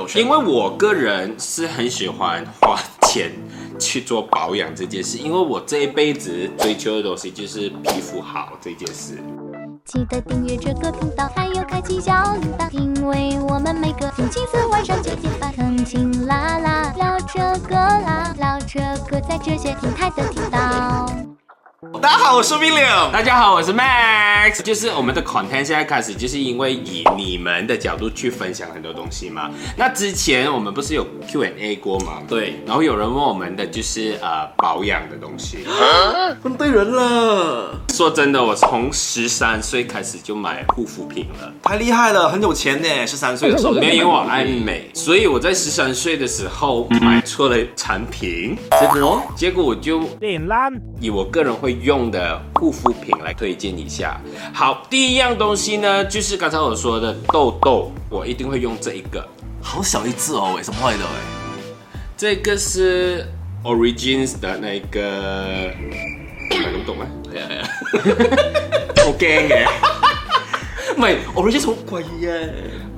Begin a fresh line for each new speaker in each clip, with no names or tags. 选择
因为我个人是很喜欢花钱去做保养这件事，因为我这一辈子追求的东西就是皮肤好这件事。
记得订阅这个频道，还有开启小铃铛，因为我们每个星期四晚上九点半更新啦啦，聊这个啦，聊这个在这些平台都听到。
大家好，我是 William。
大家好，我是 Max，就是我们的 content 现在开始就是因为以你们的角度去分享很多东西嘛。那之前我们不是有 Q&A 过吗？
对，
然后有人问我们的就是呃保养的东西。
问对人了，
说真的，我从十三岁开始就买护肤品了。
太厉害了，很有钱呢。十三岁的 时候，
没有，因为我爱美，所以我在十三岁的时候买错了产品，
结果
结果我就
脸烂。
以我个人会用的护肤品来推荐一下。好，第一样东西呢，就是刚才我说的痘痘，我一定会用这一个。
好小一只哦，哎，什么坏的哎？
这个是 Origins 的那个，你们懂吗？ 好驚嘅，
唔係，我呢只好貴嘅，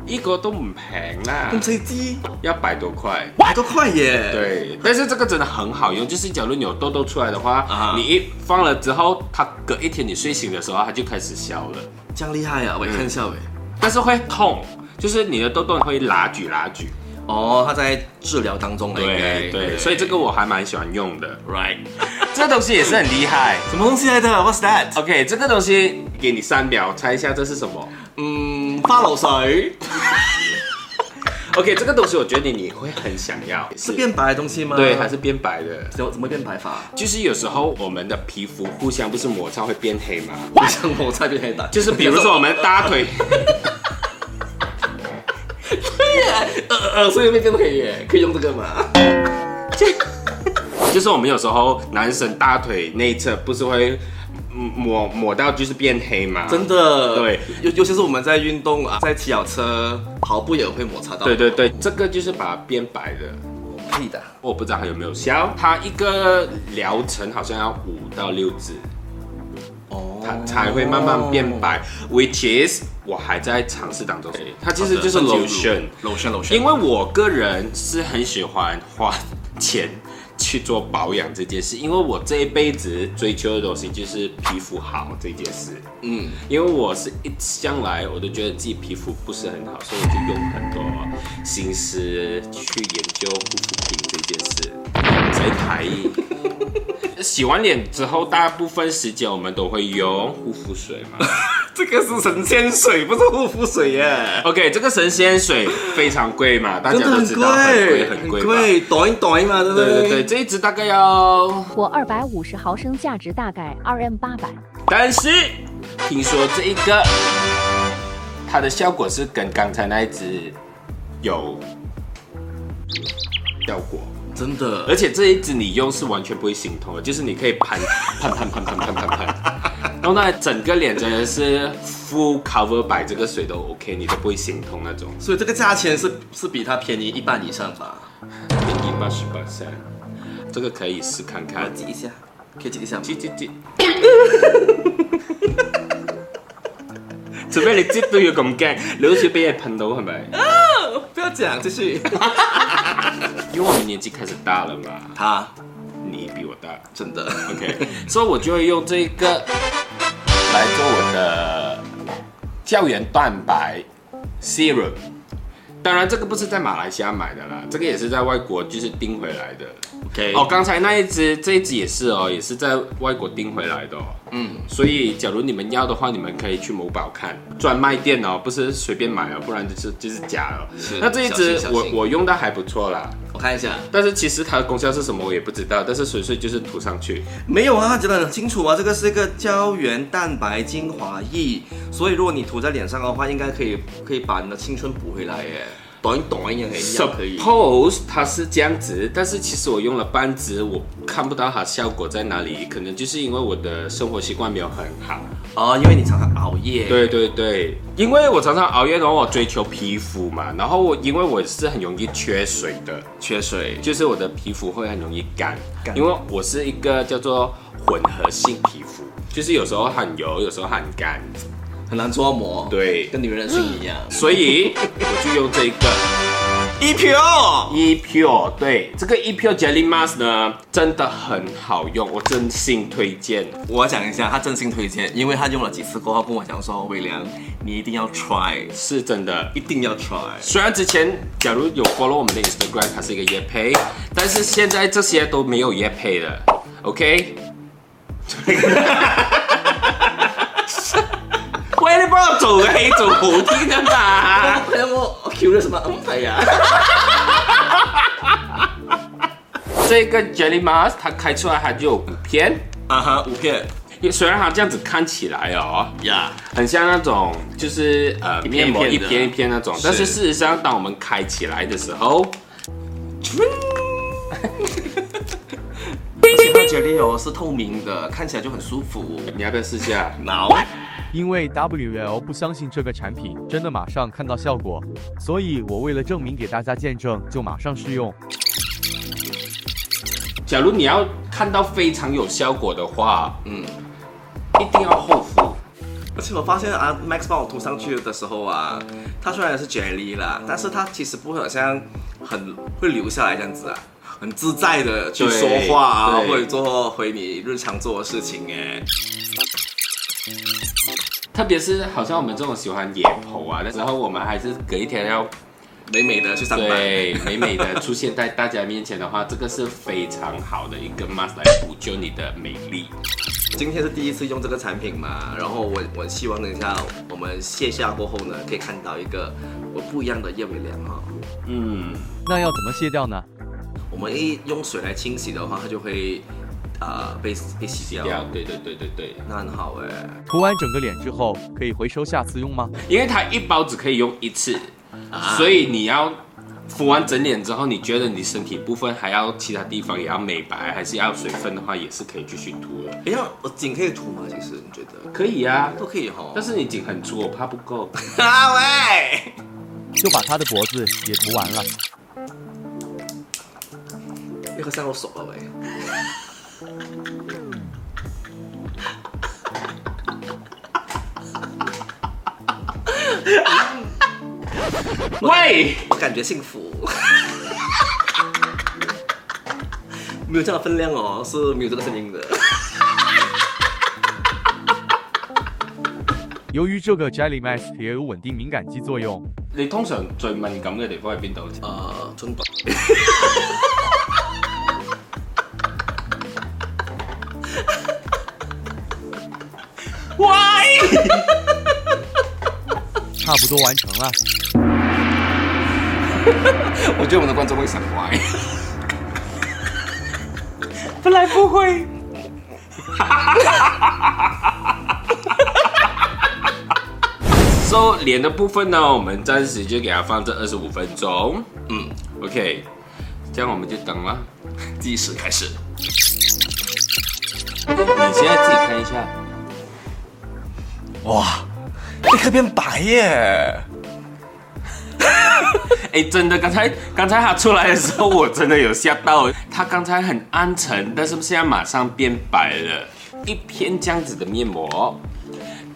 呢個都唔平啦，
咁細支
一百多塊。
百多塊耶。，
对，但是这个真的很好用，就是假如你有痘痘出来的话，
啊
你一放了之后，它隔一天你睡醒的时候，它就开始消了，
這樣厲害啊！喂，看一下喂。
但是会痛，就是你的痘痘会拉举拉举。
哦，他在治療當中哎了，應該
对对，所以这个我还蛮喜欢用的，
right
这东西也是很厉害。
什麼東西來的？What's that？
OK，这个东西给你三秒猜一下这是什么
嗯，花露水
？OK，这个东西我觉得你会很想要，
是變白的東西嗎？
对还是变白的？
怎怎麼變白法？
就是有时候我们的皮肤互相不是摩擦会变黑吗？
你想 我在變黑的？
就是比如说我们大腿。
呃呃，所以會變黑耶，可以用這個嗎？
就是我们有时候男生大腿内侧不是会嗯抹抹到就是变黑嘛？
真的，
啊对，
尤尤其是我们在运动啊，在骑脚车、跑步也会摩擦到。
对对对，这个就是把它变白的。
可以的。
我不知道它有没有效，它一个疗程好像要五到六支，
哦，
它才会慢慢变白。Which is 我还在尝试当中，它其实就是
好的
lotion。
lotion lotion，
因为我个人是很喜欢花钱去做保养这件事，因为我这一辈子追求的东西就是皮肤好这件事。
嗯，
因为我是一向来我都觉得自己皮肤不是很好，所以我就用很多心思去研究护肤品这件事。谁台语？ 洗完脸之后，大部分时间我们都会用护肤水 嘛。
这个是神仙水，不是护肤水耶。
OK，这个神仙水非常贵嘛，大家
真的
都
很
知道很贵
贵，
很贵
贵，
吧。
短一短嘛，对不
对
对？
对对，这一支大概要，呃
我二百五十毫升，价值大概 RM 八百。
但是听说这一个它的效果是跟刚才那一支有效果，
真的
而。且这一支你用是完全不会心痛的，就是你可以喷喷喷喷喷喷喷喷，弄到整个脸真的是 full cover 百这个水都 OK，你都不会心痛那种，
所以这个价钱是是比它便宜一半以上吧？
便宜八十八三，这个可以试看看。
记一下，可以记一下吗？
接接接，除非你接都要咁驚，你好似俾人噴到係咪？
不要讲，继续。
因為我們年紀開始大了嘛，
它
你比我大
真的
，OK，所以我就會用這個來做我的胶原蛋白 serum。當然，這個不是在馬來西亞買的啦，這個也是在外國就是訂回來的。
OK。
哦，刚才那一只，这一只也是哦，也是在外国订回来的哦。
嗯，
所以假如你们要的话，你们可以去某宝看专卖店哦，不是随便买哦，不然就是就是假的哦
是。
那这一只
小心小
我
心
我用的还不错啦，
我看一下。
但是其实它的功效是什么我也不知道，但是纯粹就是涂上去。
没有啊，他讲得很清楚啊，这个是一个胶原蛋白精华液，所以如果你涂在脸上的话，应该可以可以把你的青春补回来耶，短一短一样可以，一样可以。
Suppose 它是这样子，但是其实我用了半支，我看不到它效果在哪里，可能就是因为我的生活习惯没有很好。
哦，因为你常常熬夜，，
对对对，因为我常常熬夜，然后我追求皮肤嘛，然后我因为我是很容易缺水的，
缺水，
就是我的皮肤会很容易干，
干
因为我是一个叫做混合性皮肤，就是有时候很油，有时候很干，
很难捉摸，
对
跟女人的心一样。
所以我就用这个
一票。
e pure 对这个 e pure jelly mask 呢，真的很好用，我真心推荐。
我讲一下，他真心推荐，因为他用了几次过后跟我讲说，微凉，你一定要 try，
是真的。
一定要 try。
虽然之前假如有 follow 我们的 Instagram，它是一个夜配，但是现在这些都没有夜配了，OK？喂，你帮我做黑做好啲得嘛？
哎呀我我 curious 嘛，唔睇啊。
这个 Jelly Mask 它开出来它就有五片，
啊哈，五片
虽然它这样子看起来哦，
呀
很像那种就是呃
一片
面膜
一
一
片的
片一片那种，但是事实上当我们开起来的时候，
这个 jelly 哦是透明的，看起来就很舒服。
你要不要试下？
挠，
因为 WL 不相信这个产品真的马上看到效果，所以我为了证明给大家见证，就马上试用。
假如你要看到非常有效果的话，
嗯。
一定要厚敷。
而且我发现啊，Max 帮我涂上去的时候啊，它虽然是 jelly 啦，但是它其实不会好像很会留下来这样子啊，很自在的去说话啊，
对对
或者做回你日常做的事情哎。
特别是好像我们这种喜欢野跑啊，然后我们还是隔一天要
美美的去上班。
对美美的出现在大家面前的话，这个是非常好的一个 mask 来补救你的美丽。
今天是第一次用这个产品嘛，然后我我希望等一下我们卸下过后呢，可以看到一个我不一样的叶尾良哈。
嗯，
那要怎么卸掉呢？
啊我们一用水来清洗的话，它就会呃被被洗掉，
要对对对对对，
那很好哎、
涂完整个脸之后，可以回收下次用吗？
因为它一包只可以用一次，
啊
所以你要敷完整脸之后，你觉得你身体部分还要其他地方也要美白，还是要水分的话，也是可以继续涂的。
哎呀，我颈可以涂吗？其实你觉得
可以啊，
都可以哈。
但是你颈很粗，我怕不 够。
啊喂，
就把他的脖子也涂完了。
那个伤口熟了喂。
喂，
我感觉幸福。没有这样的分量哦，是没有这个声音的。
由于这个 Jelly Mask 也有稳定敏感肌作用，
你通常最敏感嘅地方係邊度？
呃，春宝，
差不多完成了。
我觉得我们的观众会想 歪。
本來不會。so 脸的部分呢，我們暫時就給它放這二十五分鐘。嗯，OK，這樣我們就等了。
计时开始。
你現在自己看一下，
哇，立刻变白耶！
哎、真的，剛才剛才它出來的時候，我真的有嚇到。它剛才很暗沉，但是現在馬上變白了。一片這樣子的面膜，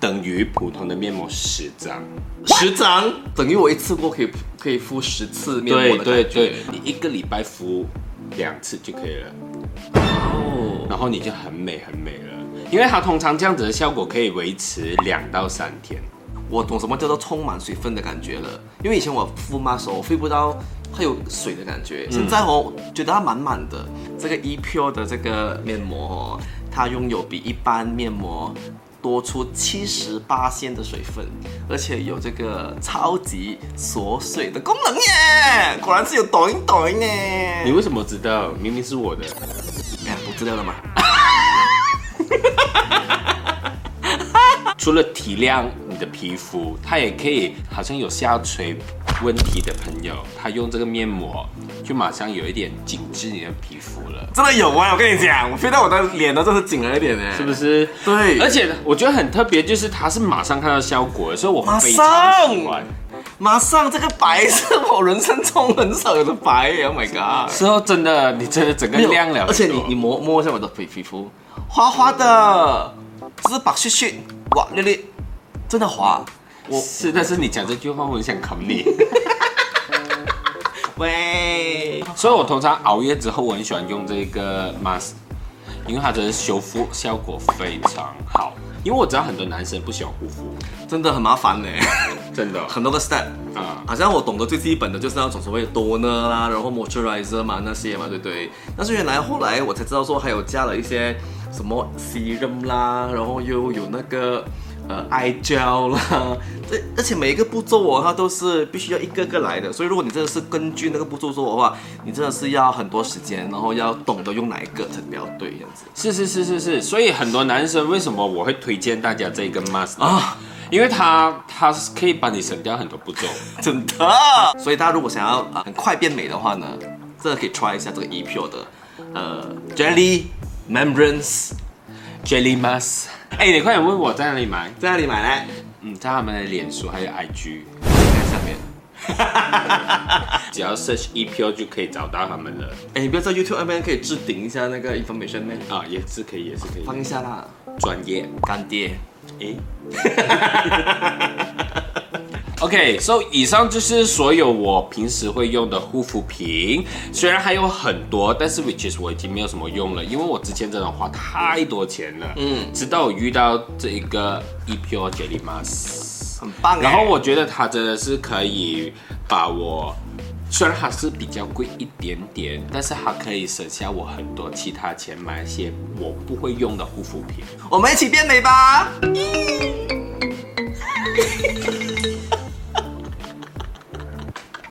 等於普通的面膜十張。
十张等于我一次过可以可以敷十次面
对
膜的
对
感觉
对，你一个礼拜敷两次就可以了，
哦，
然后你就很美很美了。因为它通常这样子的效果可以维持两到三天。
我懂什么叫做充满水分的感觉了，因为以前我敷 mask 的时候，我 feel 不到它有水的感觉，现在哦，觉得它满满的。这个 e pure 的这个面膜哦，它拥有比一般面膜多出七十八仙的水分，而且有这个超级锁水的功能耶，果然是有抖音抖音呢。
你为什么知道？明明是我的。
哎呀，不知道了吗？
除了体谅你的皮肤，它也可以好像有下垂问题的朋友，他用这个面膜就马上有一点紧致你的皮肤了。
真的有啊！我跟你讲，我 feel 到我的脸都真 是紧了一点呢，
是不？是？
对
而且我觉得很特别，就是它是马上看到效果的，所以我非
马
常
上
喜欢。
马上这个白是我人生中很少有的白耶！Oh my god！
之后真的，你真的整个
没有
亮了很多。
而且你你摸摸一下我的皮皮肤，滑滑的，就是白絮絮，哇，丽丽，真的滑。
是，但是你讲这句话，我很想啃你。
喂，
所以我通常熬夜之后，我很喜欢用这个 mask，因为它的修复效果非常好。因为我知道很多男生不喜欢护肤，
真的很麻烦 呢、
真的
很多个 step。
啊、
好像我懂得最基本的就是那种所谓 toner 啦，然后 moisturizer 嘛那些嘛，对不对？但是原来后来我才知道说还有加了一些什么 serum 啦，然后又有那个呃 eye gel 啦，这而且每一个步骤哦，它都是必须要一个个来的，所以如果你真的是根据那个步骤做的话，你真的是要很多时间，然后要懂得用哪一个才比较对这样子
是是是是是，所以很多男生为什么我会推荐大家这个 mask 啊？
啊，
因为它它是可以帮你省掉很多步骤。
真的。所以大家如果想要啊很快变美的话呢，真的可以 try 一下这个 E P O 的呃 Jelly Membranes。
Jelly mask，哎、你快点问我在哪里买？
在哪里买呢？
嗯，在他们的脸书还有 IG，
在下面。
只要 search EPO 就可以找到他们了。
哎，你不要在 YouTube 那边可以置顶一下那个 information 咩？
啊，也是可以，也是可
放一
以。
下啦。
专业，
干爹，
诶。OK，so 以上就是所有我平时会用的护肤品，虽然还有很多，但是 which is 我已经没有什么用了，因为我之前真的花太多钱了。
嗯
嗯，直到我遇到这一个 EPO Jelly Mask，
很棒哎。
然后我觉得它真的是可以把我，虽然它是比较贵一点点，但是它可以省下我很多其他钱买一些我不会用的护肤品。
我们一起变美吧。